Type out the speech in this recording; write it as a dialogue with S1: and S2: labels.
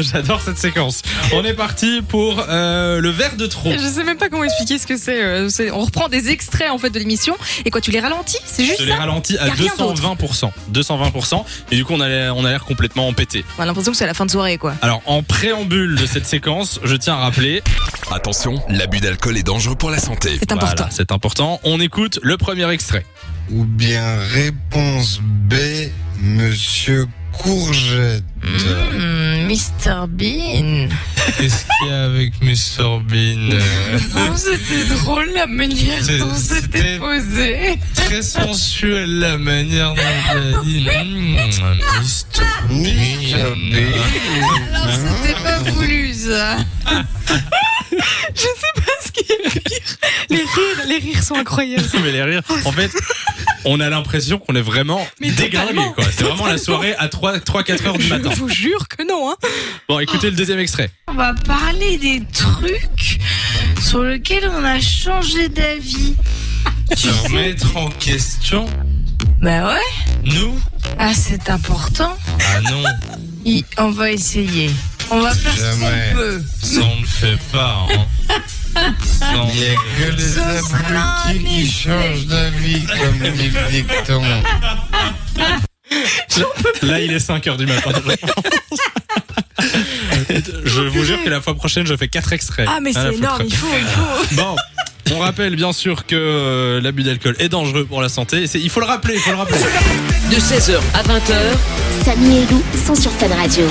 S1: J'adore cette séquence. On est parti pour euh, le verre de trop.
S2: Je sais même pas comment expliquer ce que c'est. euh, c'est- On reprend des extraits en fait de l'émission et quoi, tu les ralentis C'est juste
S1: Je l'ai
S2: ça
S1: ralenti à
S2: Y a rien
S1: 220%. 220%. Et du coup, on a l'air on a l'air complètement empêté.
S2: On a l'impression que c'est la fin de soirée quoi.
S1: Alors, en préambule de cette séquence, je tiens à rappeler.
S3: Attention, l'abus d'alcool est dangereux pour la santé.
S2: C'est important.
S1: Voilà, c'est important. On écoute le premier extrait.
S4: Ou bien réponse B, Monsieur Courgette.
S2: Mmh, Mr Bean.
S4: Qu'est-ce qu'il y a avec Mr Bean
S2: Oh, c'était drôle la manière
S4: Ah, C'est-
S2: dont c'était
S4: c'était-
S2: posé.
S4: Très sensuelle la manière dont il a dit. Mr Bean.
S2: Alors c'était pas voulu ça. Je sais pas ce qui est pire. Les rires, les rires sont incroyables.
S1: Mais les rires, en fait, on a l'impression qu'on est vraiment
S2: Mais
S1: dégradé.
S2: totalement,
S1: quoi. C'est vraiment la soirée à 3-4 heures du
S2: Je
S1: matin.
S2: vous jure que non hein.
S1: Bon, écoutez le deuxième extrait.
S5: On va parler des trucs sur lesquels on a changé d'avis.
S4: Se remettre en question,
S5: Bah ouais,
S4: nous
S5: ah c'est important.
S4: Ah non,
S5: Y- on va essayer. On va faire ce
S4: Jamais.
S5: qu'on peut.
S4: ça on ne fait pas. Hein. Ça, on-
S6: Que les abrutis qui changent d'avis comme dit le dicton.
S1: Là, il est 5 heures du matin. je vous jure que la fois prochaine, je fais 4 extraits.
S2: Ah mais
S1: À la
S2: c'est
S1: fois prochaine.
S2: énorme, il faut, il faut.
S1: Bon, on rappelle bien sûr que euh, l'abus d'alcool est dangereux pour la santé. Et c'est- il faut le rappeler, il faut le rappeler.
S7: De 16h à 20h,
S8: Samy et Lou sont sur Fan Radio.